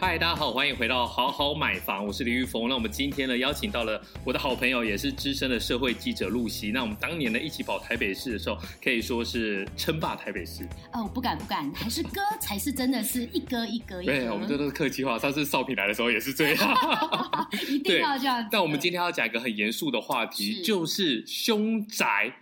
嗨，大家好，欢迎回到好好买房，我是李玉峰。那我们今天呢，邀请到了我的好朋友，也是资深的社会记者露西。那我们当年呢，一起跑台北市的时候，可以说是称霸台北市。哦，不敢不敢，还是歌才是真的是一歌一歌一对，歌，我们这都是客气话。上次少平来的时候也是这 样。一定要这样子。但我们今天要讲一个很严肃的话题，是就是凶宅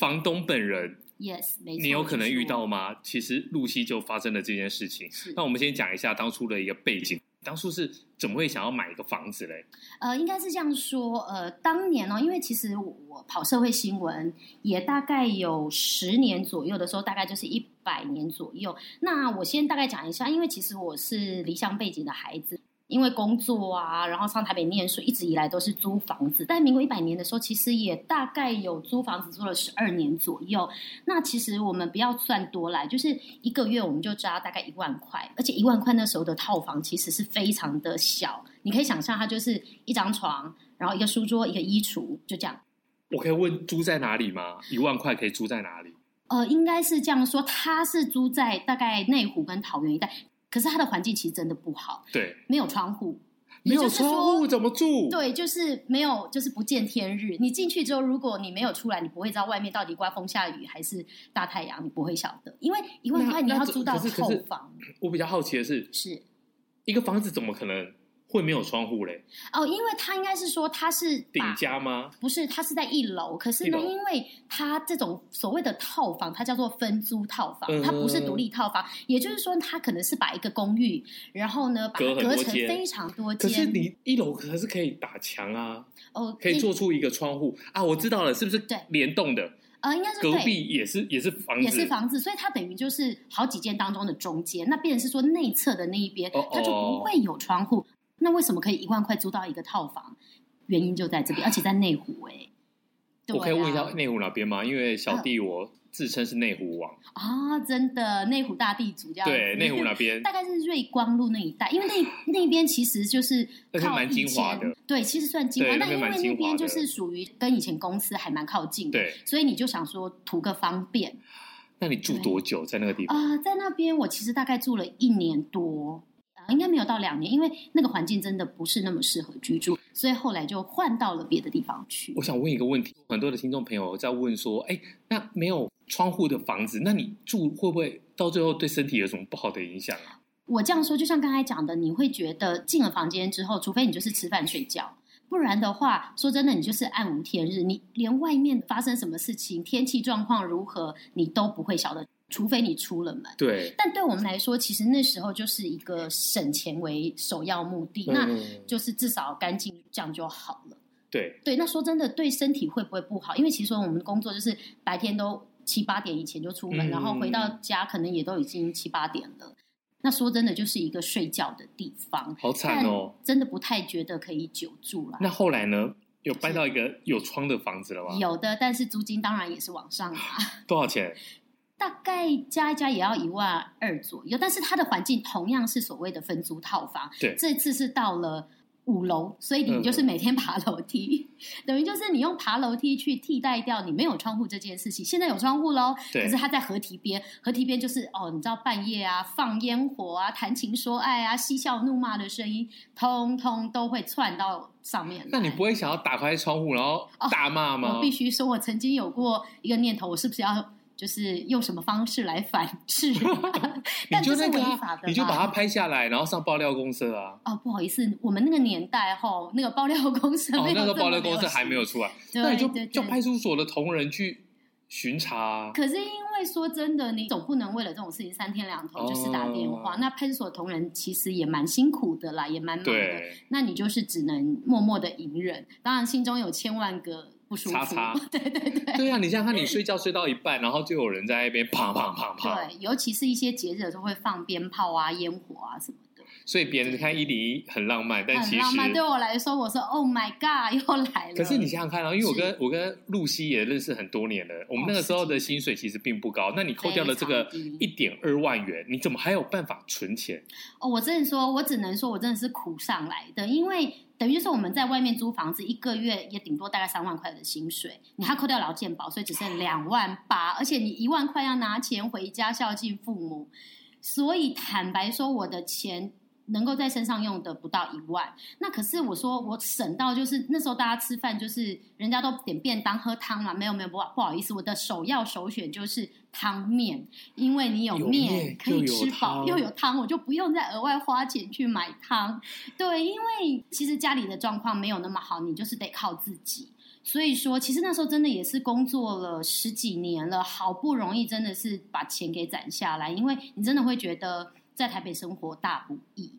房东本人， yes，没错，你有可能遇到没吗？其实露西就发生了这件事情。错？是那我们先讲一下当初的一个背景，当初是怎么会想要买一个房子嘞？呃，应该是这样说，呃，当年哦，因为其实我我跑社会新闻也大概有十年左右的时候，大概就是一百年左右。那我先大概讲一下，因为其实我是离乡背景的孩子。因为工作啊，然后上台北念书，一直以来都是租房子。但民国一百年的时候，其实也大概有租房子租了十二年左右。那其实我们不要算多来，就是一个月我们就抓大概一万块，而且一万块那时候的套房其实是非常的小，你可以想象它就是一张床，然后一个书桌，一个衣橱，就这样。我可以问租在哪里吗？一万块可以租在哪里？呃，应该是这样说，它是租在大概内湖跟桃园一带，可是它的环境其实真的不好，对，没有窗户，没也有就是说窗户怎么住？对，就是没有，就是不见天日。你进去之后，如果你没有出来，你不会知道外面到底刮风下雨还是大太阳，你不会晓得。因为一万那块你那要这租到可是可后是房，我比较好奇的是，是一个房子怎么可能会没有窗户嘞？哦，因为他应该是说他是顶把家吗？不是，它是在一楼。可是一呢，楼因为它这种所谓的套房，它叫做分租套房，嗯它不是独立套房。也就是说，它可能是把一个公寓，然后呢，把它隔很多隔成间非常多可是间。你一楼可是可以打墙啊，哦，可以应做出一个窗户啊！我知道了，是不是？对联动的，呃，应该是隔对。壁也是也是房子，也是房子，所以它等于就是好几间当中的中间，那变成是说内侧的那一边哦哦，它就不会有窗户。那为什么可以一万块租到一个套房？原因就在这边，而且在内湖哎、对我可以问一啊嗯下内湖哪边吗？因为小弟我自称是内湖王，啊，真的内湖大地主这样子对内湖哪 边？大概是瑞光路那一带，因为那那边其实就是那边靠蛮以精华前的对，其实算精华，对那那因边为蛮精那华边的就是属于跟以前公司还蛮靠近的，对，所以你就想说图个方便那你住多久在那个地方？啊、在那边我其实大概住了一年多。啊，应该没有到两年，因为那个环境真的不是那么适合居住，所以后来就换到了别的地方去我。想问一个问题，很多的听众朋友在问说，哎，那没有窗户的房子，那你住会不会到最后对身体有什么不好的影响啊？我这样说，就像刚才讲的，你会觉得进了房间之后，除非你就是吃饭睡觉，不然的话，说真的，你就是暗无天日，你连外面发生什么事情、天气状况如何，你都不会晓得，除非你出了门。对，但对我们来说，其实那时候就是一个省钱为首要目的，那嗯就是至少干净，这样就好了。对对，那说真的，对身体会不会不好？因为其实我们工作就是白天都七八点以前就出门，嗯然后回到家可能也都已经七八点了。那说真的，就是一个睡觉的地方，好惨哦。但真的不太觉得可以久住了。那后来呢？有搬到一个有窗的房子了吗？有的，但是租金当然也是往 上拉，多少钱？大概加一加也要一万二左右。但是它的环境同样是所谓的分租套房，对嗯这次是到了。五楼，所以你就是每天爬楼梯， 等于就是你用爬楼梯去替代掉你没有窗户这件事情。现在有窗户喽，可对是，它在河堤边，河堤边就是哦，你知道半夜啊，放烟火啊，谈情说爱啊，嬉笑怒骂的声音，通通都会窜到上面来。那你不会想要打开窗户然后哦大骂吗？我必须说，我曾经有过一个念头，我是不是要就是用什么方式来反 制？你但就那这是个、违啊法的嘛你就把它拍下来，然后上爆料公社啊。哦，不好意思，我们那个年代吼，那个爆料公社哦没，有那个这么爆料公社流行还没有，出来，对那你就对对叫派出所的同仁去巡查啊、可是因为说真的，你总不能为了这种事情三天两头就是打电话。哦那派出所同仁其实也蛮辛苦的啦，也蛮忙的。对，那你就是只能默默的隐忍，当然心中有千万个不舒服。叉叉 对对对。对呀、啊你想想看，你睡觉睡到一半，然后就有人在那边砰砰砰砰，对，尤其是一些节日的时候会放鞭炮啊、烟火啊什么的，所以别人看一零一很浪漫，但很其实浪漫。对我来说，我说 Oh my God，又来了。可是你想想看啊，因为我是哦跟我跟露西也认识很多年了，我们那个时候的薪水其实并不高，那你扣掉了这个非常低一点二万元，你怎么还有办法存钱？哦，我真的说，我只能说我真的是苦上来的，因为等于就是我们在外面租房子，一个月也顶多大概三万块的薪水，你还扣掉劳健保，所以只剩两万八，而且你一万块要拿钱回家孝敬父母，所以坦白说，我的钱能够在身上用的不到一万。那可是我说我省到就是那时候大家吃饭就是人家都点便当喝汤啦，没有没有不好不好意思，我的首要首选就是汤面，因为你有有面面可又以有吃饱汤又有汤，我就不用再额外花钱去买汤。对，因为其实家里的状况没有那么好，你就是得靠自己。所以说，其实那时候真的也是工作了十几年了，好不容易真的是把钱给攒下来，因为你真的会觉得在台北生活大不易。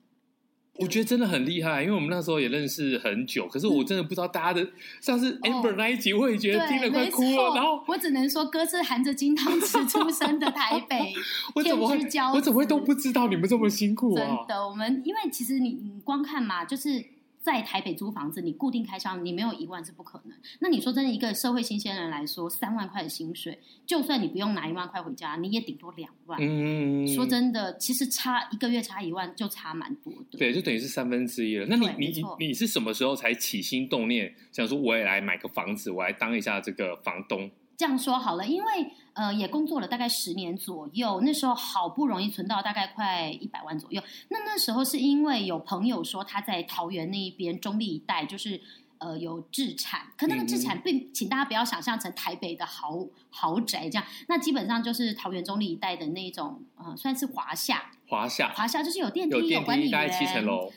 我觉得真的很厉害，因为我们那时候也认识很久，可是我真的不知道大家的。上 次 Amber 那一集，我也觉得听哦对，得快没哭错，了，然后我只能说，哥是含着金汤 匙出生的台北，我怎么会天之骄，子我怎么会都不知道你们这么辛苦啊真？的，我们因为其实你你光看嘛，就是在台北租房子，你固定开销你没有一万是不可能。那你说真的，一个社会新鲜人来说，三万块的薪水，就算你不用拿一万块回家，你也顶多两万。嗯，说真的，其实差一个月差一万就差蛮多的。对，就等于是三分之一了。那你对你没你错你是什么时候才起心动念，想说我也来买个房子，我来当一下这个房东？这样说好了，因为呃也工作了大概十年左右，那时候好不容易存到大概快一百万左右。那那时候是因为有朋友说他在桃园那一边中立一带，就是呃有置产，可那个置产并请大家不要想象成台北的豪豪宅这样，那基本上就是桃园中立一带的那种呃算是华夏，华夏华夏就是有电有梯、有电管理梯，大概员，七层楼，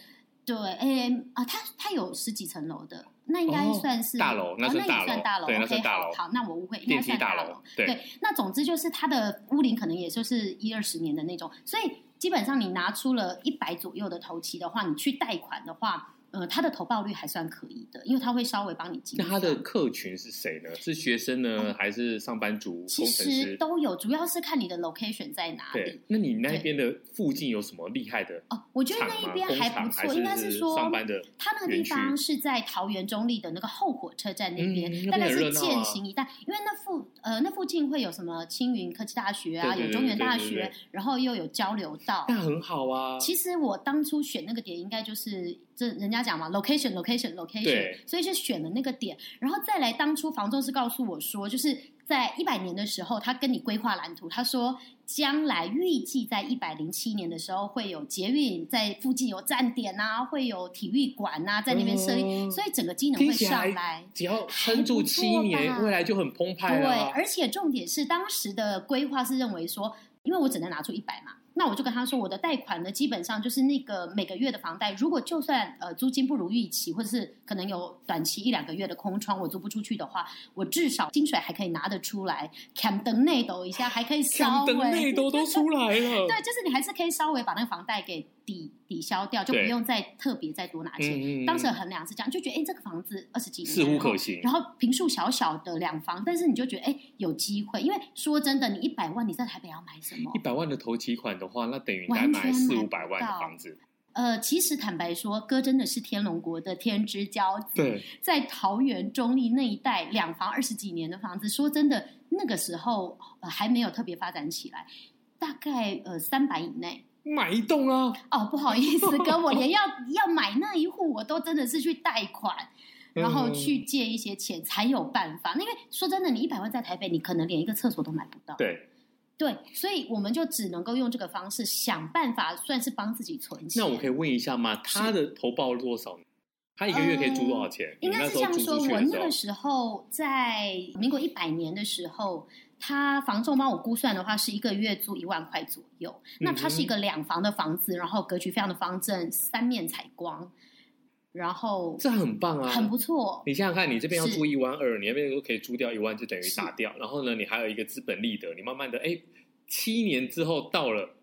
对，诶、啊，它它有十几层楼的，那应该哦算是、大楼那哦算那大也算楼大楼对那算 OK，大好楼好，那我误会，应电该梯算大楼楼。，对，那总之就是它的屋龄可能也就是一二十年的那种，所以基本上你拿出了一百左右的头期的话，你去贷款的话，呃，它的投报率还算可以的，因为它会稍微帮你精那算。他的客群是谁呢？是学生呢，还是上班族、哦其工程实师？都有，主要是看你的 location 在哪里对。，那你那边的附近有什么厉害的哦，我觉得厂那一吗？边工不厂错，是应该是说哦上班的它那个地园区方是在桃园中立的那个后火车站那嗯边，那边大概很是热闹啊践行一带，因为那附呃那附近会有什么青云科技大学啊，对对对有中原大对对学对，然后又有交流道。那很好啊。其实我当初选那个点，应该就是这人家讲嘛，location location location，对所以就选了那个点，然后再来。当初房仲是告诉我说，就是在一百年的时候，他跟你规划蓝图，他说将来预计在一百零七年的时候会有捷运在附近有站点啊，会有体育馆啊，在那边设立，嗯所以整个机能听会起来上来。只要撑住七还不错年，吧未来就很澎湃对，了啊。而且重点是当时的规划是认为说，因为我只能拿出一百嘛，那我就跟他说，我的贷款呢，基本上就是那个每个月的房贷，如果就算呃租金不如预期，或者是可能有短期一两个月的空窗，我租不出去的话，我至少薪水还可以拿得出来，砍等内斗一下，还可 以稍想微等内都都出来了， 对，就是你还是可以稍微把那个房贷给抵抵消掉，就不对用再特别再多拿钱。嗯，嗯嗯当时的衡量是这样，就觉得哎、诶这个房子二十几年似乎然后可行然后平数小小的两房，但是你就觉得哎、诶有机会，因为说真的，你一百万你在台北要买什么一？百万的头期款的话，那等于应该完全买四买五不百万的到房子。呃，其实坦白说，哥真的是天龙国的天之骄子，对，在桃园中立那一带两房二十几年的房子，说真的，那个时候、呃还没有特别发展起来，大概呃三百以内。买一栋啊，哦，不好意思，哥，我连要要买那一户，我都真的是去贷款，然嗯后去借一些钱才有办法。那因为说真的，你一百万在台北，你可能连一个厕所都买不到。对。对，所以我们就只能够用这个方式想办法，算是帮自己存钱。那我可以问一下吗？他的投报多少呢？他一个月可以租多少钱？呃应你该那是时这候样租说，出去我的时那候个，时候在民国一百年的时候，他房仲帮我估算的话是一个月租一万块左右。那它嗯是一个两房的房子，然后格局非常的方正，三面采光，然后这很棒啊，很不错。你想想看，你这边要是租一万二，你那边都可以租掉一万，就等于是打掉。然后呢，你还有一个资本利得，你慢慢的，哎，七年之后到了，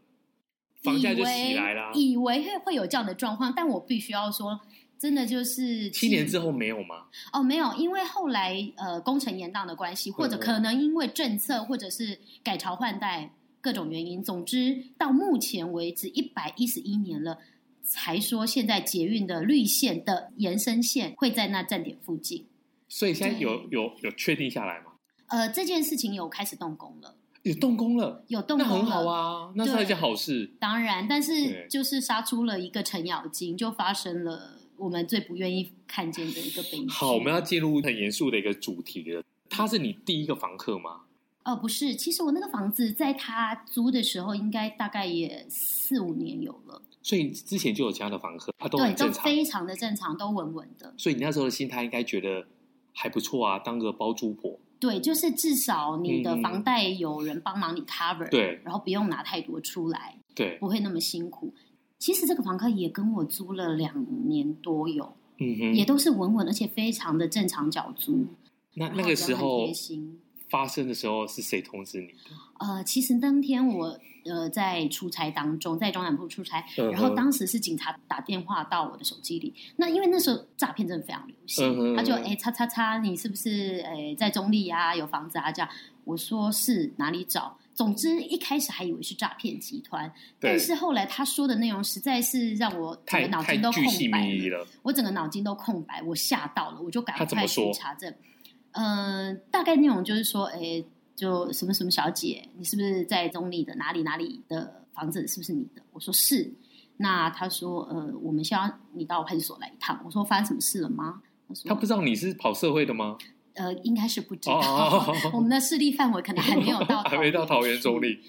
房价就起来啦。以为以为会有这样的状况，但我必须要说，真的就是七年之后没有吗？哦，没有，因为后来呃工程延宕的关系，或者嗯可能因为政策或者是改朝换代各种原因，总之到目前为止一百一十一年了，才说现在捷运的绿线的延伸线会在那站点附近。所以现在对有有有确定下来吗？呃，这件事情有开始动工了，有动工了，有动那工很了，好啊，那是一件好事。当然，但对是就是杀出了一个程咬金，就发生了我们最不愿意看见的一个悲剧。好，我们要进入很严肃的一个主题了。他是你第一个房客吗？哦，不是，其实我那个房子在他租的时候，应该大概也四五年有了。所以之前就有这样的房客啊，都对，很都正常。非常的正常，都稳稳的。所以你那时候的心态应该觉得还不错啊，当个包租婆。对，就是至少你的嗯房贷有人帮忙你 cover，、对然后不用拿太多出来，对，不会那么辛苦。其实这个房客也跟我租了两年多有，嗯也哼。都是稳稳，而且非常的正常缴租。那然那后个人时很候贴心。发生的时候是谁通知你的？呃，其实当天我呃在出差当中，在中南部出差，嗯哼然后当时是警察打电话到我的手机里。那因为那时候诈骗真的非常流嗯哼行，他就嗯哼哎叉叉叉，你是不是哎在中立啊有房子啊这样？我说是哪里找？总之一开始还以为是诈骗集团，但是后来他说的内容实在是让我整太个脑太筋都巨细空白靡了遗。了。我整个脑筋都空白，我吓到了，我就赶他怎么快去说查证。嗯、大概内容就是说，哎，就什么什么小姐，你是不是在中立的哪里哪里的房子？是不是你的？我说是。那他说，呃，我们需要你到派出所来一趟。我说发生什么事了吗？他说，他不知道你是跑社会的吗？呃，应该是不知道，哦我们的势力范围可能还没有到， 还没到桃园中。立。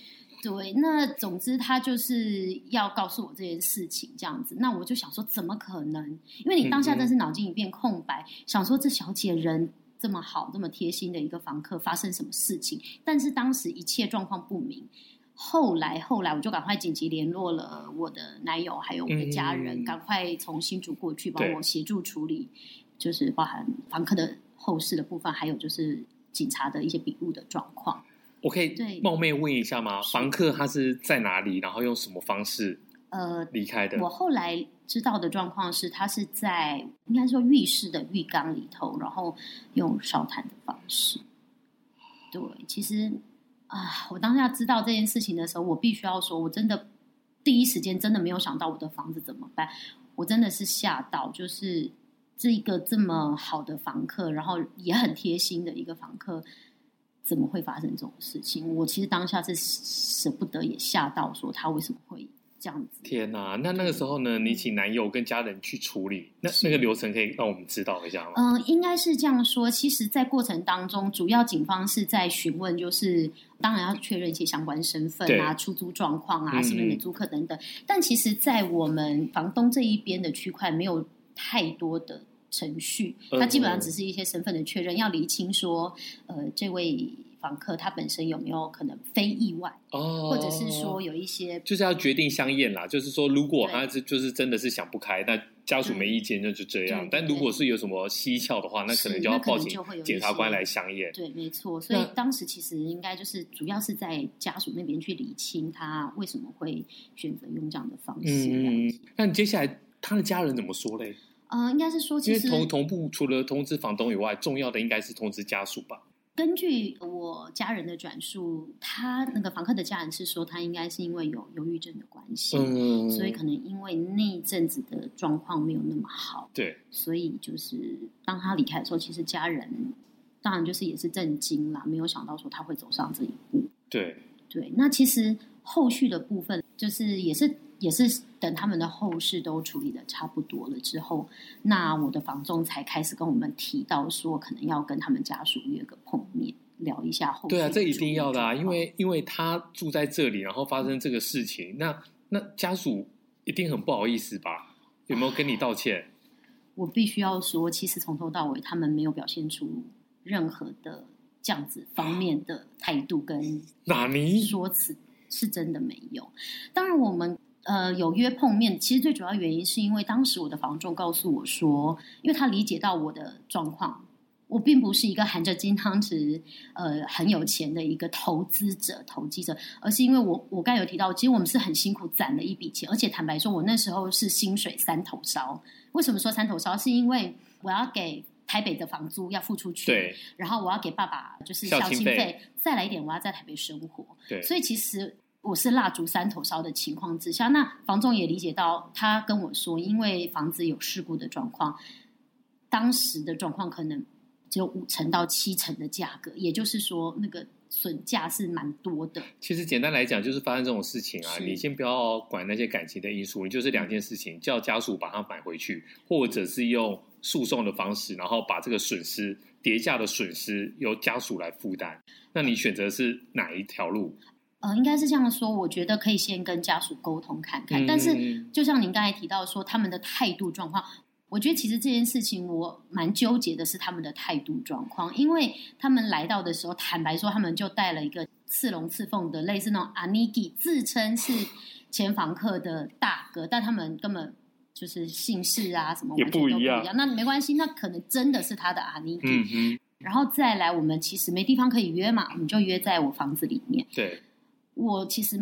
对，那总之他就是要告诉我这件事情，这样子。那我就想说，怎么可能？因为你当下嗯真是脑筋一片空白，想说这小姐人这么好、这么贴心的一个房客，发生什么事情？但是当时一切状况不明。后来，后来我就赶快紧急联络了我的男友，还有我的家人，嗯赶快从新竹过去帮对我协助处理，就是包含房客的后事的部分，还有就是警察的一些笔录的状况。我可以对冒昧问一下吗？是房客他是在哪里？然后用什么方式呃，离开的？我后来知道的状况是，他是在应该说浴室的浴缸里头，然后用烧炭的方式。对，其实啊，我当下知道这件事情的时候，我必须要说，我真的第一时间真的没有想到我的房子怎么办，我真的是吓到，就是这一个这么好的房客，然后也很贴心的一个房客。怎么会发生这种事情？我其实当下是舍不得，也吓到，说他为什么会这样子？天哪、那那个时候呢，你请男友跟家人去处理，那嗯是那个流程可以让我们知道一下吗？嗯、应该是这样说。其实，在过程当中，主要警方是在询问，就是当然要确认一些相关身份啊、对出租状况嗯啊、是不是你的租客等等。但其实，在我们房东这一边的区块，没有太多的。程序，嗯它基本上只是一些身份的确认，要厘清说，呃，这位房客他本身有没有可能非意外，哦，或者是说，有一些就是要决定相验啦。就是说，如果对他是就是真的是想不开，那家属没意见，那就这样对。但如果是有什么蹊跷的话，那可能是要那可能报警就会有一检察官些来相验。对，没错。所以那当时其实应该就是主要是在家属那边去理清他为什么会选择用这样的方嗯，式。嗯嗯那你接下来他的家人怎么说嘞？嗯、呃，应该是说因其为实同同步除了通知房东以外，重要的应该是通知家属吧？根据我家人的转述，他那个房客的家人是说他应该是因为有忧郁症的关系。嗯，所以可能因为那一阵子的状况没有那么好，对，所以就是当他离开的时候，其实家人当然就是也是震惊啦，没有想到说他会走上这一步。对，对，那其实后续的部分就是也是也是等他们的后事都处理的差不多了之后，那我的房仲才开始跟我们提到说，可能要跟他们家属约个碰面，聊一下后续对啊，的这一处理定要的啊，状因况为因为他住在这里，然后发生这个事情，那那家属一定很不好意思吧？有没有跟你道歉？我必须要说，其实从头到尾他们没有表现出任何的这样子方面的态度跟哪尼？说辞是真的没有。当然，我们呃有约碰面，其实最主要原因是因为当时我的房仲告诉我说，因为他理解到我的状况，我并不是一个含着金汤匙呃很有钱的一个投资者、投机者，而是因为我我刚才有提到，其实我们是很辛苦攒了一笔钱，而且坦白说，我那时候是薪水三头烧。为什么说三头烧？是因为我要给台北的房租要付出去，对然后我要给爸爸就是孝孝亲亲费费，再来一点，我要在台北生活。对，所以其实我是蜡烛三头烧的情况之下，那房仲也理解到，他跟我说，因为房子有事故的状况，当时的状况可能只有五成到七成的价格，也就是说那个损价是蛮多的。其实简单来讲，就是发生这种事情啊，是你先不要管那些感情的因素，你就是两件事情，叫家属把它买回去，或者是用诉讼的方式，然后把这个损失叠加的损失由家属来负担。那你选择是哪一条路？呃，应该是这样说，我觉得可以先跟家属沟通看看。但是嗯就像您刚才提到说，他们的态度状况，我觉得其实这件事情我蛮纠结的是他们的态度状况，因为他们来到的时候，坦白说，他们就带了一个刺龙刺凤的，类似那种阿尼基，自称是前房客的大哥，但他们根本。就是姓氏啊，什么也完全都不不一样那没关系，那可能真的是他的阿尼基。嗯哼，然后再来，我们其实没地方可以约嘛，我们就约在我房子里面。对，我其实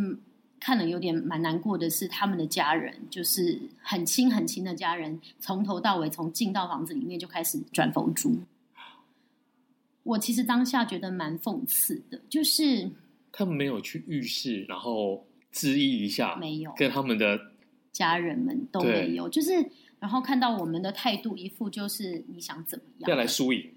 看了有点蛮难过的是，他们的家人就是很亲很亲的家人，从头到尾从进到房子里面就开始转佛珠。我其实当下觉得蛮讽刺的，就是他们没有去浴室，然后质疑一下，没有跟他们的家人们都对没有，就是然后看到我们的态度，一副就是你想怎么样要来输赢，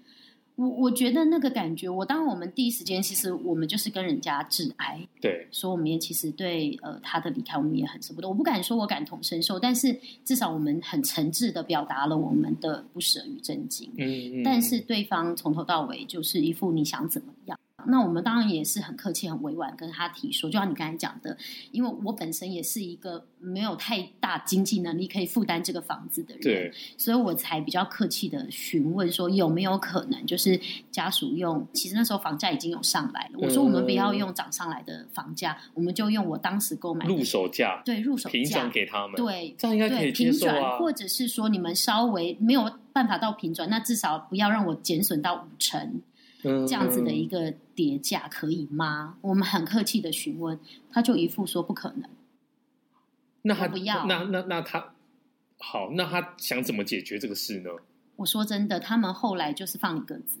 我我觉得那个感觉，我当我们第一时间，其实我们就是跟人家致哀，对，所以我们也其实对呃他的离开，我们也很舍不得。我不敢说我感同身受，但是至少我们很诚挚的表达了我们的不舍与震惊。嗯，嗯但是对方从头到尾就是一副你想怎么样。那我们当然也是很客气、很委婉跟他提说，就像你刚才讲的，因为我本身也是一个没有太大经济能力可以负担这个房子的人，对，所以我才比较客气的询问说有没有可能就是家属用，其实那时候房价已经有上来了，我说我们不嗯要用涨上来的房价，我们就用我当时购买的入手价对入手平价涨，给他们，，对这样应该可对以接平受转，啊，或者是说你们稍微没有办法到平转，那至少不要让我减损到五成这这样子的一个叠价，可以吗？我们很客气的询问，他就一副说不可能。那他我不要那那那他好，那他想怎么解决这个事呢？我说真的，他们后来就是放你鸽子，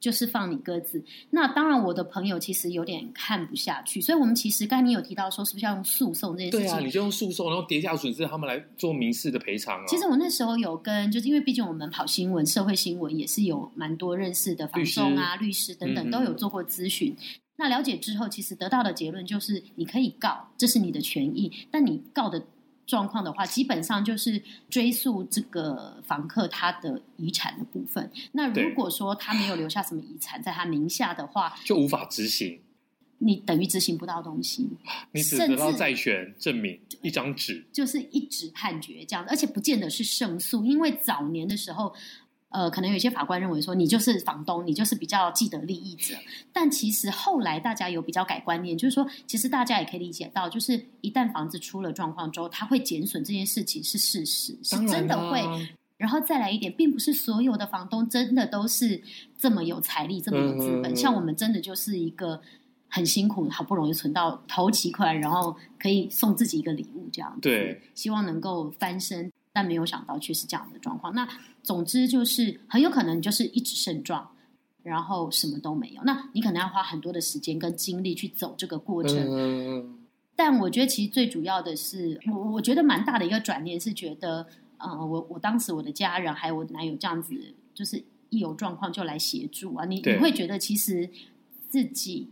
就是放你鸽子。那当然，我的朋友其实有点看不下去，所以我们其实刚才你有提到说，是不是要用诉讼这件对事啊，情？你就用诉讼，然后叠加损失，他们来做民事的赔偿啊。其实我那时候有跟，就是因为毕竟我们跑新闻、社会新闻也是有蛮多认识的房仲啊、律师等嗯嗯等都有做过咨询。那了解之后，其实得到的结论就是，你可以告，这是你的权益。但你告的状况的话，基本上就是追溯这个房客他的遗产的部分。那对如果说他没有留下什么遗产在他名下的话，就无法执行，你等于执行不到东西。你只甚得到至债权证明一张纸，就是一纸判决这样，而且不见得是胜诉，因为早年的时候，呃，可能有些法官认为说你就是房东，你就是比较既得利益者，但其实后来大家有比较改观念，就是说，其实大家也可以理解到，就是一旦房子出了状况之后，它会减损这件事情是事实，是当真然的啦会。然后再来一点，并不是所有的房东真的都是这么有财力、这么有资本。嗯像我们真的就是一个很辛苦、好不容易存到头期款，然后可以送自己一个礼物这样子。对，希望能够翻身，但没有想到却是这样的状况。那总之就是很有可能就是一直盛状。然后什么都没有，那你可能要花很多的时间跟精力去走这个过程，嗯，但我觉得其实最主要的是，我我觉得蛮大的一个转念是觉得，呃，我我当时我的家人还有我男友这样子，就是一有状况就来协助啊，你你对会觉得其实自己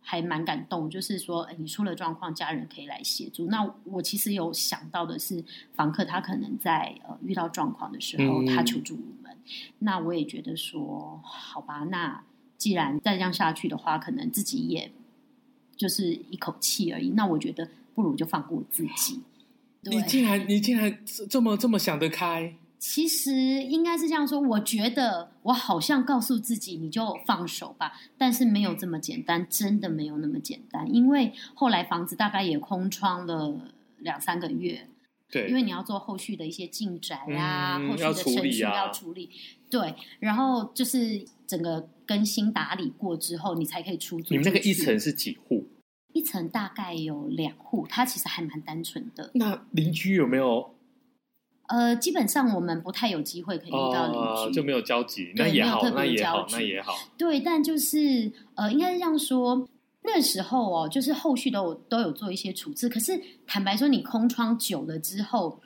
还蛮感动，就是说、哎你出了状况，家人可以来协助。那我其实有想到的是，房客他可能在呃遇到状况的时候，嗯他求助我们，那我也觉得说，好吧，那既然再这样下去的话，可能自己也就是一口气而已。那我觉得不如就放过自己。你对，竟然你竟然这这么这么想得开，其实应该是这样说。我觉得我好像告诉自己，你就放手吧，但是没有这么简单，真的没有那么简单。因为后来房子大概也空窗了两三个月，对，因为你要做后续的一些进展啊，嗯后续要的处程理序啊要处理，对，然后就是整个更新打理过之后，你才可以出租。你们那个一层，是几户？一层大概有两户，它其实还蛮单纯的。那邻居有没有呃，基本上我们不太有机会可以遇到哦邻居，就没有交集？那对也没有好，特别那也好交，集那也好，对，但就是呃，应该是这样说。那时候哦，就是后续都有都有做一些处置，可是坦白说，你空窗久了之后，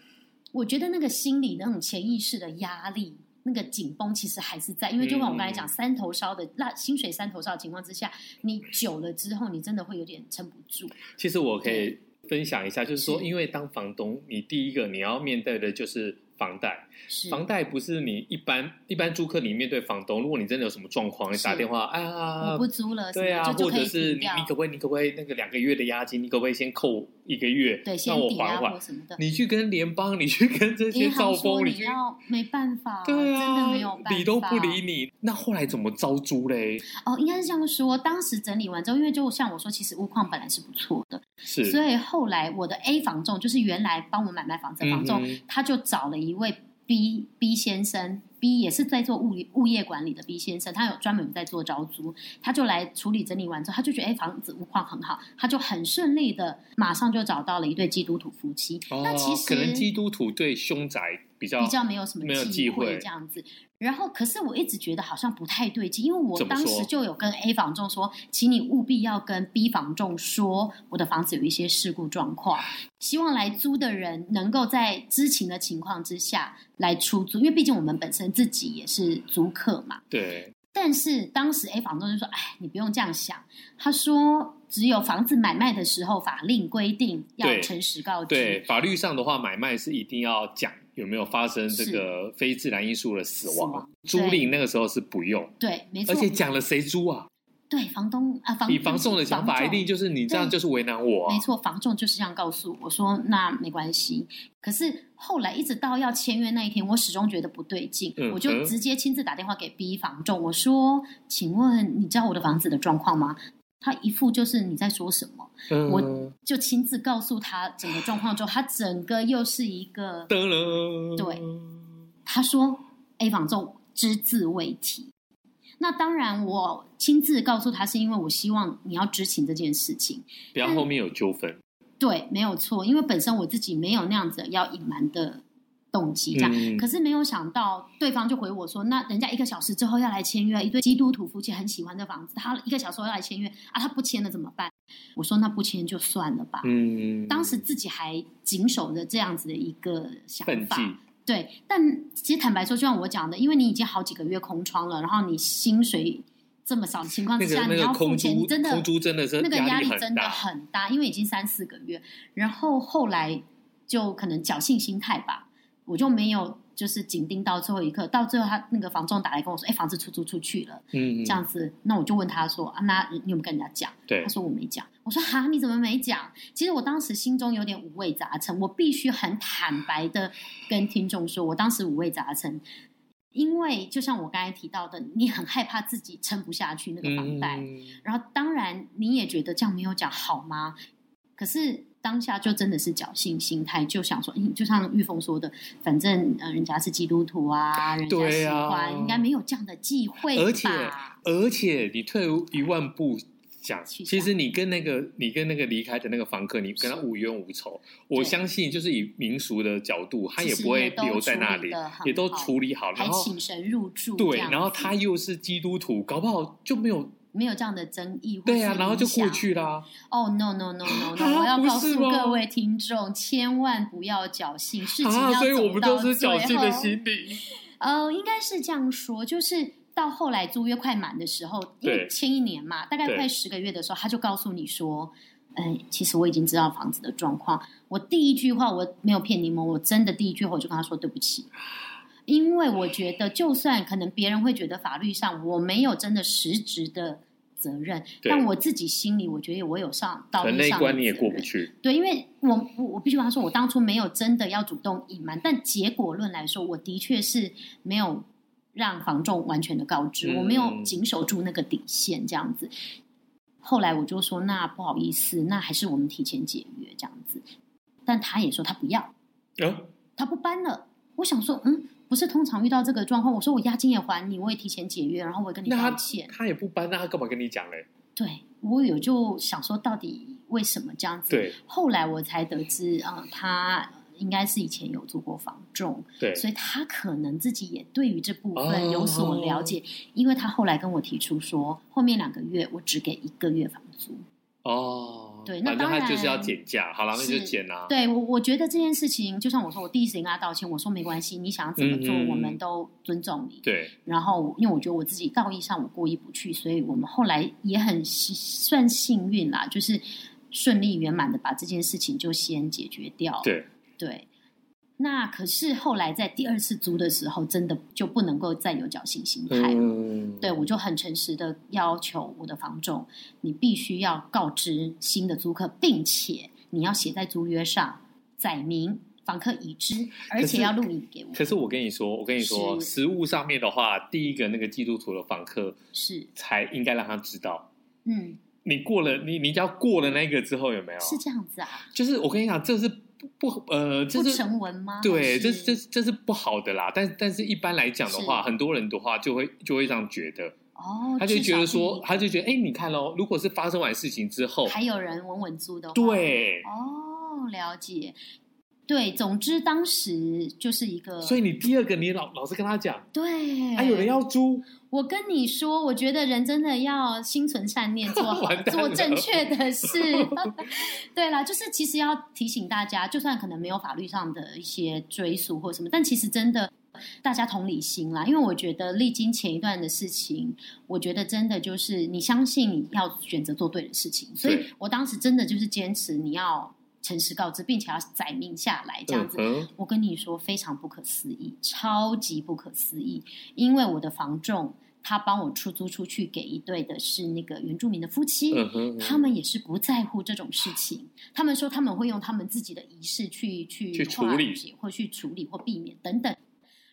我觉得那个心理那种潜意识的压力，那个紧绷其实还是在，因为就像我刚才讲，嗯三头烧的那薪水三头烧的情况之下，你久了之后，你真的会有点撑不住。其实我可以分享一下，就是说，是因为当房东，你第一个你要面对的就是房贷。是房贷不是你一般一般租客，你面对房东，如果你真的有什么状况，你是打电话啊我，不租了，对啊，什么就或就可者以是停你掉你可不可以你可不可以那个两个月的押金，你可不可以先扣一个月，对，先让我抵缓押缓或？什么的。你去跟联邦，你去跟这些银兆行说丰，你去。要没办法，对啊，真的没有办法，理都不理你，那后来怎么招租嘞？哦，应该是这样说。当时整理完之后，因为就像我说，其实屋况本来是不错的，是，所以后来我的 A 房仲，就是原来帮我买卖房子的房仲，嗯哼他就找了一位 B B 先生，B 也是在做物物业管理的 B 先生，他有专门在做招租，他就来处理整理完之后，他就觉得哎房子屋况很好，他就很顺利的马上就找到了一对基督徒夫妻，哦那其实可能基督徒对凶宅比较比较没有什没有么忌忌讳讳这样子。然后，可是我一直觉得好像不太对劲，因为我怎么当说时就有跟 A 房仲说，请你务必要跟 B 房仲说我的房子有一些事故状况，希望来租的人能够在知情的情况之下来出租，因为毕竟我们本身自己也是租客嘛。对，但是当时 A 房东就说：“哎，你不用这样想。”他说：“只有房子买卖的时候，法令规定要对诚实告知。对，法律上的话，买卖是一定要讲有没有发生这个非自然因素的死死亡啊亡，租对赁那个时候是不用，对没错而。且讲了谁租啊？对房东啊，房以房仲的想法，房一仲定就是你这样对就是为难我啊没。错，房仲就是这样告诉我说，那没关系。可是后来一直到要签约那一天，我始终觉得不对劲，嗯我嗯就直接亲自打电话给 B 房仲，我说：“请问你知道我的房子的状况吗？”他一副就是你在说什么，嗯我就亲自告诉他整个状况之后，他整个又是一个噔了，对他说 A 房仲只字未提。那当然，我亲自告诉他，是因为我希望你要知情这件事情。不要后面有纠纷。对，没有错，因为本身我自己没有那样子要隐瞒的动机，这样。嗯可是没有想到，对方就回我说：“那人家一个小时之后要来签约，一对基督徒夫妻很喜欢这房子，他一个小时后要来签约啊，他不签了怎么办？”我说：“那不签就算了吧。嗯，当时自己还谨守着这样子的一个想笨法，计，对，但其实坦白说，就像我讲的，因为你已经好几个月空窗了，然后你薪水这么少的情况那之个下，那你个要付空钱，你租真的空租真的是那个压压力力很真的大，很大，因为已经三四个月，然后后来就可能侥幸心态吧，我就没有就是紧盯到最后一刻，到最后他那个房仲打来跟我说，哎，房子出租出去了，嗯，这样子，那我就问他说啊，那你有没有跟人家讲？对他，说我没讲，我说哈，你怎么没讲？其实我当时心中有点五味杂陈，我必须很坦白的跟听众说，我当时五味杂陈，因为就像我刚才提到的，你很害怕自己撑不下去那个房贷，嗯然后当然你也觉得这样没有讲好吗？可是当下就真的是侥幸心态，就想说，嗯，就像玉峰说的，反正呃，人家是基督徒啊，人家对喜啊欢，应该没有这样的忌讳吧？而且而且你退一万步讲，去想其实你跟那个你跟那个离开的那个房客，你跟他无冤无仇，我相信就是以民俗的角度，他其也实不会也都留在那处理里得，很也都好处理好，然还后请神入住这对，样子，然后他又是基督徒，搞不好就没有没有这样的争议或是对影响，啊，然后就过去啦。哦、no no no no no！、啊我要不告是诉吗各位听众，千万不要侥幸，事情啊，要所以我走们到都最是侥幸的后心理，呃，应该是这样说，就是到后来租约快满的时候，因为对签一年嘛，大概对快十个月的时候，他就告诉你说，嗯、其实我已经知道房子的状况。我第一句话我没有骗你们，我真的第一句话我就跟他说对不起。因为我觉得，就算可能别人会觉得法律上我没有真的实质的责任，对但我自己心里我觉得我有上道人路类上观的你也责过不任去。对，因为我我我必须跟他说，我当初没有真的要主动隐瞒，但结果论来说，我的确是没有让房仲完全的告知，嗯我没有谨守住那个底线，这样子。后来我就说，那不好意思，那还是我们提前解约这样子。但他也说他不要，啊，他不搬了。我想说，嗯，不是通常遇到这个状况，我说我押金也还你，我也提前解约，然后我也跟你那道他歉。他也不搬，那他干嘛跟你讲嘞？对我有就想说，到底为什么这样子？对后来我才得知，呃，他应该是以前有做过房仲，对，所以他可能自己也对于这部分哦有所了解，因为他后来跟我提出说，后面两个月我只给一个月房租。哦，对那反正当他就是要然减价，好了，那就是减啊。对我，我觉得这件事情，就像我说，我第一时间跟他道歉，我说没关系，你想要怎么做，嗯嗯嗯我们都尊重你。对，然后，因为我觉得我自己道义上我过意不去，所以我们后来也很幸算幸运啦，哦就是顺利圆满的把这件事情就先解决掉。对对，那可是后来在第二次租的时候，真的就不能够再有侥幸心态了。嗯，对，我就很诚实的要求我的房仲，你必须要告知新的租客，并且你要写在租约上载明房客已知，而且要录影给我。可是我跟你说，我跟你说，是食物上面的话，第一个那个基督徒的访客是，才应该让他知道。嗯，你过了，你你只要过了那个之后，有没有？是这样子啊？就是我跟你讲，这是不不呃，这不是成文吗？对，还这是这这是不好的啦。但但是一般来讲的话，是很多人的话就会就会这样觉得，哦，他就至觉少得第说一，他就觉得，哎、你看喽，如果是发生完事情之后，还有人稳稳租的话，对，哦，了解。对，总之当时就是一个，所以你第二个你老老是跟他讲，对，啊，有人要租，我跟你说，我觉得人真的要心存善念，做好 完蛋了做正确 的事。 对啦，就是其实要提醒大家，就算可能没有法律上的一些追溯或什么，但其实真的大家同理心啦。因为我觉得历经前一段的事情，我觉得真的就是你相信你要选择做对的事情，所以对我当时真的就是坚持你要诚实告知，并且要载明下来这样嗯子。哼，我跟你说，非常不可思议，超级不可思议。因为我的房仲他帮我出租出去给一对的是那个原住民的夫妻，嗯哼，他们也是不在乎这种事情，他们说他们会用他们自己的仪式去去去处化理解或去处理或避免等等。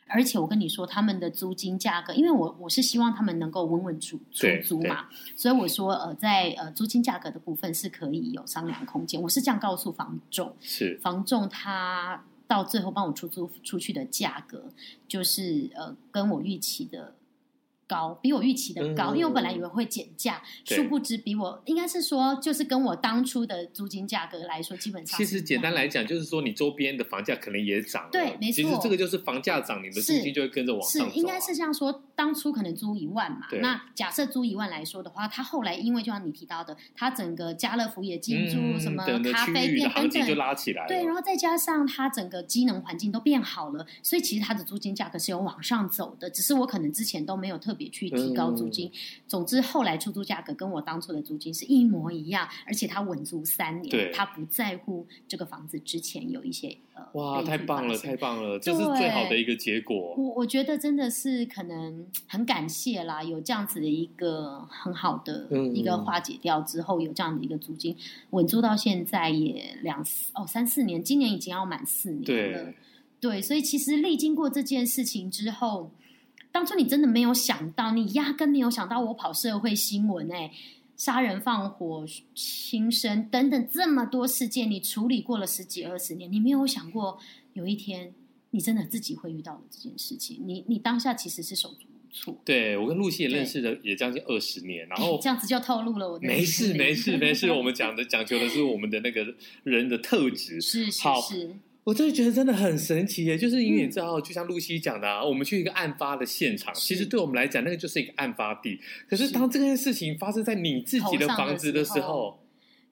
而且我跟你说，他们的租金价格，因为我我是希望他们能够稳稳出出对租嘛，所以我说呃，在呃租金价格的部分是可以有商量空间，我是这样告诉房仲。是房仲他到最后帮我出租出去的价格，就是呃跟我预期的高，比我预期的高，嗯因为我本来以为会减价，对殊不知比我应该是说就是跟我当初的租金价格来说，基本上其实是一样简单来讲，就是说你周边的房价可能也涨了，对没错其实这个就是房价涨，你的租是金就会跟着往是上走啊、应该是这样说，当初可能租一万嘛对，那假设租一万来说的话，他后来因为就像你提到的，他整个家乐福也进驻嗯什么等的咖区域啡的店行等情就等。拉起来了，对，然后再加上它整个机能环境都变好了，所以其实它的租金价格是有往上走的。只是我可能之前都没有特别去提高租嗯金。嗯总之，后来出租价格跟我当初的租金是一模一样，而且它稳租三对年，他不在乎这个房子之前有一些呃哇，悲剧太棒了，发生太棒了，这是最好的一个结果我。我觉得真的是可能很感谢啦，有这样子的一个很好的嗯一个化解掉之后，有这样的一个租金稳住到现在也两哦三四年，今年已经要满四年了对。，对，所以其实历经过这件事情之后，当初你真的没有想到，你压根没有想到我跑社会新闻哎、杀人放火、轻生等等这么多事件，你处理过了十几二十年，你没有想过有一天你真的自己会遇到的这件事情，你你当下其实是手足无措。哎对我跟露西也认识了，也将近二十年，然后这样子就透露了我的没事年龄没事没 事，我们讲的讲求的是我们的那个人的特质。是是好是，我真的觉得真的很神奇耶，就是因为嗯你知道，就像露西讲的啊，我们去一个案发的现场，是其实对我们来讲，那个就是一个案发地。可是是当这件事情发生在你自己头上的房子的时候候，嗯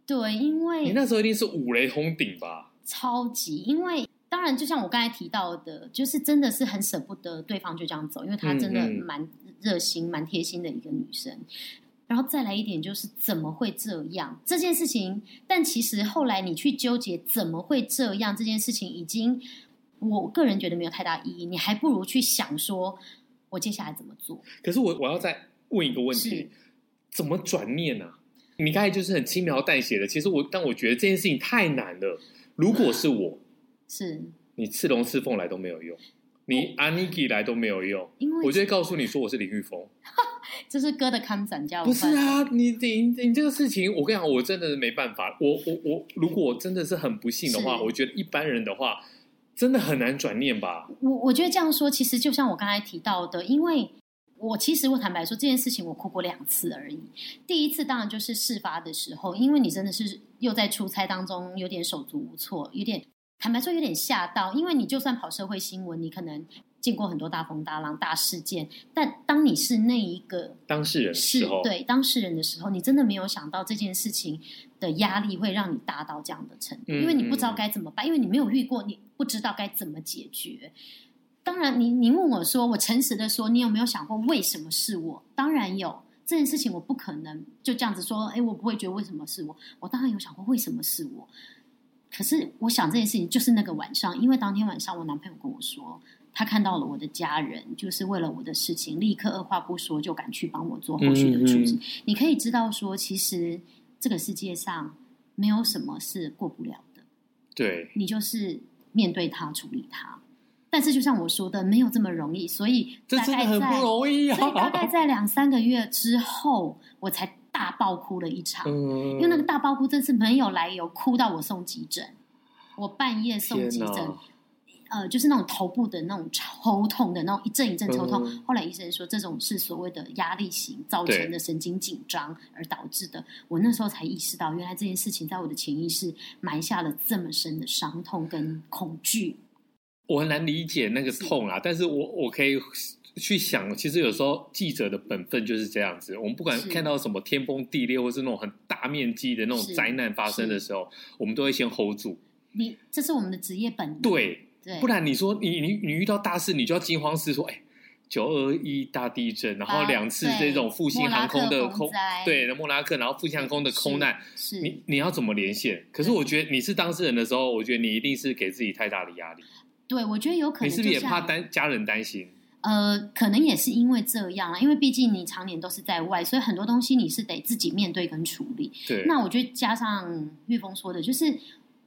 对，因为你那时候一定是五雷轰顶吧？超级，因为当然就像我刚才提到的，就是真的是很舍不得对方就这样走，因为她真的嗯嗯蛮热心、蛮贴心的一个女生。然后再来一点就是怎么会这样这件事情？但其实后来你去纠结怎么会这样这件事情，已经我个人觉得没有太大意义，你还不如去想说我接下来怎么做。可是我我要再问一个问题是，怎么转念呢、啊？你刚才就是很轻描淡写的，其实我但我觉得这件事情太难了。如果是我，是你刺龙刺凤来都没有用，你阿尼基来都没有用，哦因我为就会告诉你说我是李玉峰。这是歌的康展教不是啊，你你你这个事情，我跟你讲，我真的是没办法。我我我，如果真的是很不幸的话，是我觉得一般人的话，真的很难转念吧。我我觉得这样说，其实就像我刚才提到的，因为我其实我坦白说这件事情，我哭过两次而已。第一次当然就是事发的时候，因为你真的是又在出差当中有点手足无措，有点坦白说有点吓到，因为你就算跑社会新闻，你可能见过很多大风大浪、大事件，但当你是那一个当事人的时是候，对当事人的时候，你真的没有想到这件事情的压力会让你大到这样的程度，嗯因为你不知道该怎么办，因为你没有遇过，你不知道该怎么解决。当然你，你问我说，我诚实的说，你有没有想过为什么是我？当然有这件事情，我不可能就这样子说，哎，我不会觉得为什么是我，我当然有想过为什么是我。可是我想这件事情就是那个晚上，因为当天晚上我男朋友跟我说，他看到了我的家人，就是为了我的事情，立刻二话不说就赶去帮我做后续的处置。嗯你可以知道说，其实这个世界上没有什么是过不了的，对，你就是面对它，处理它。但是就像我说的，没有这么容易，所以这大真的概很在不容易啊所以！大概在两三个月之后，我才大爆哭了一场。嗯，因为那个大爆哭真是没有来由，哭到我送急诊，我半夜送天急诊哪，，呃，就是那种头部的那种抽痛的那种一阵一阵抽痛。嗯后来医生说这种是所谓的压力型造对成的神经紧张而导致的，我那时候才意识到，原来这件事情在我的潜意识埋下了这么深的伤痛跟恐惧。我很难理解那个是痛啊，但是我我可以去想，其实有时候记者的本分就是这样子，我们不管是看到什么天崩地裂，或是那种很大面积的那种是灾难发生的时候，我们都会先 hold 住，你这是我们的职业本能，对，对，不然你说你你你遇到大事，你就要惊慌失措。哎，九二一大地震，然后啊两次对这种复兴莫拉航空克的洪空灾，对，莫拉克，然后复兴航空的空难，是你你要怎么连线？可是对我觉得你是当事人的时候，我觉得你一定是给自己太大的压力，对，我觉得有可你能是不是也就怕像担家人担心？呃，可能也是因为这样啊，因为毕竟你常年都是在外，所以很多东西你是得自己面对跟处理。对，那我觉得加上玉峰说的，就是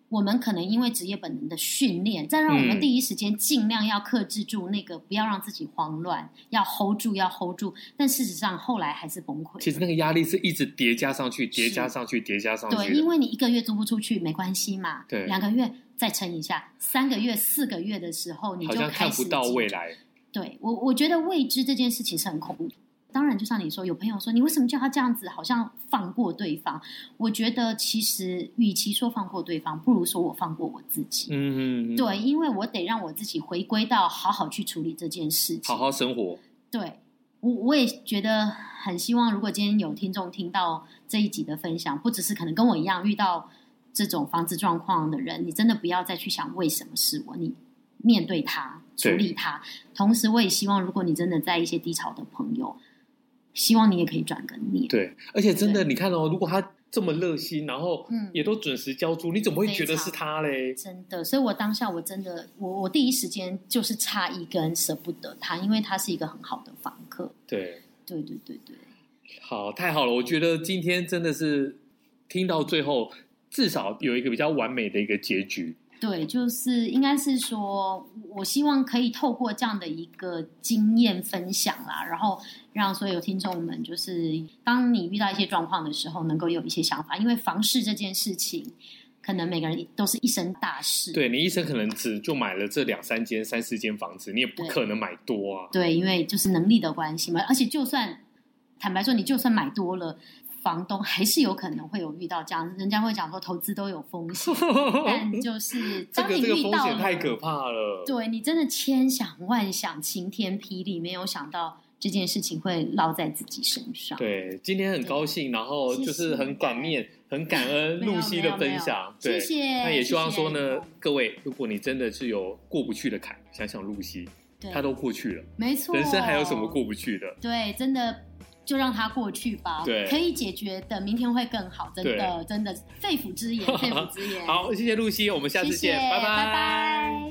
我们可能因为职业本能的训练，再让我嗯们第一时间尽量要克制住那个，不要让自己慌乱，要 hold 住，要 hold 住。但事实上后来还是崩溃了。其实那个压力是一直叠加上去，叠是加上去，叠加上对，去因的。为你一个月租不出去没关系嘛，对两个月再撑一下，三个月、四个月的时候你好就像开看始不到紧未来，对我，我觉得未知这件事情是很恐怖的。当然，就像你说，有朋友说你为什么叫他这样子，好像放过对方。我觉得其实，与其说放过对方，不如说我放过我自己。嗯，嗯嗯对，因为我得让我自己回归到好好去处理这件事情。好好生活，对我，我也觉得很希望，如果今天有听众听到这一集的分享，不只是可能跟我一样遇到这种房子状况的人，你真的不要再去想为什么是我，你面对它，处对理它。同时，我也希望，如果你真的在一些低潮的朋友，希望你也可以转个念。对，而且真的，你看哦，如果他这么热心，然后嗯也都准时交租，你怎么会非觉得是常他嘞？真的，所以我当下我真的，我我第一时间就是差一根舍不得他，因为他是一个很好的房客。对，对对对对，好，太好了！我觉得今天真的是听到最后，至少有一个比较完美的一个结局。对，就是应该是说，我希望可以透过这样的一个经验分享啦，然后让所有听众们，就是当你遇到一些状况的时候，能够有一些想法，因为房事这件事情，可能每个人都是一生大事。对你一生可能只就买了这两三间、三四间房子，你也不对可能买多啊。对，因为就是能力的关系嘛，而且就算坦白说，你就算买多了。房东还是有可能会有遇到这样，人家会讲说投资都有风 险，但就是这当个你这个遇风到险了太可怕了。对你真的千想万想，晴天霹雳，没有想到这件事情会落在自己身上。，对，今天很高兴，然后谢谢就是很感念、很感恩没有露西的分享。没对，有没有谢谢那也希望说谢呢谢，各位，如果你真的是有过不去的坎，想想露西，对她都过去了，没错，人生还有什么？过不去的？对，真的就让它过去吧。对可以解决的，明天会更好。真的，真的，肺腑之言，肺腑之言。好，谢谢露西，我们下谢次谢，见，拜拜拜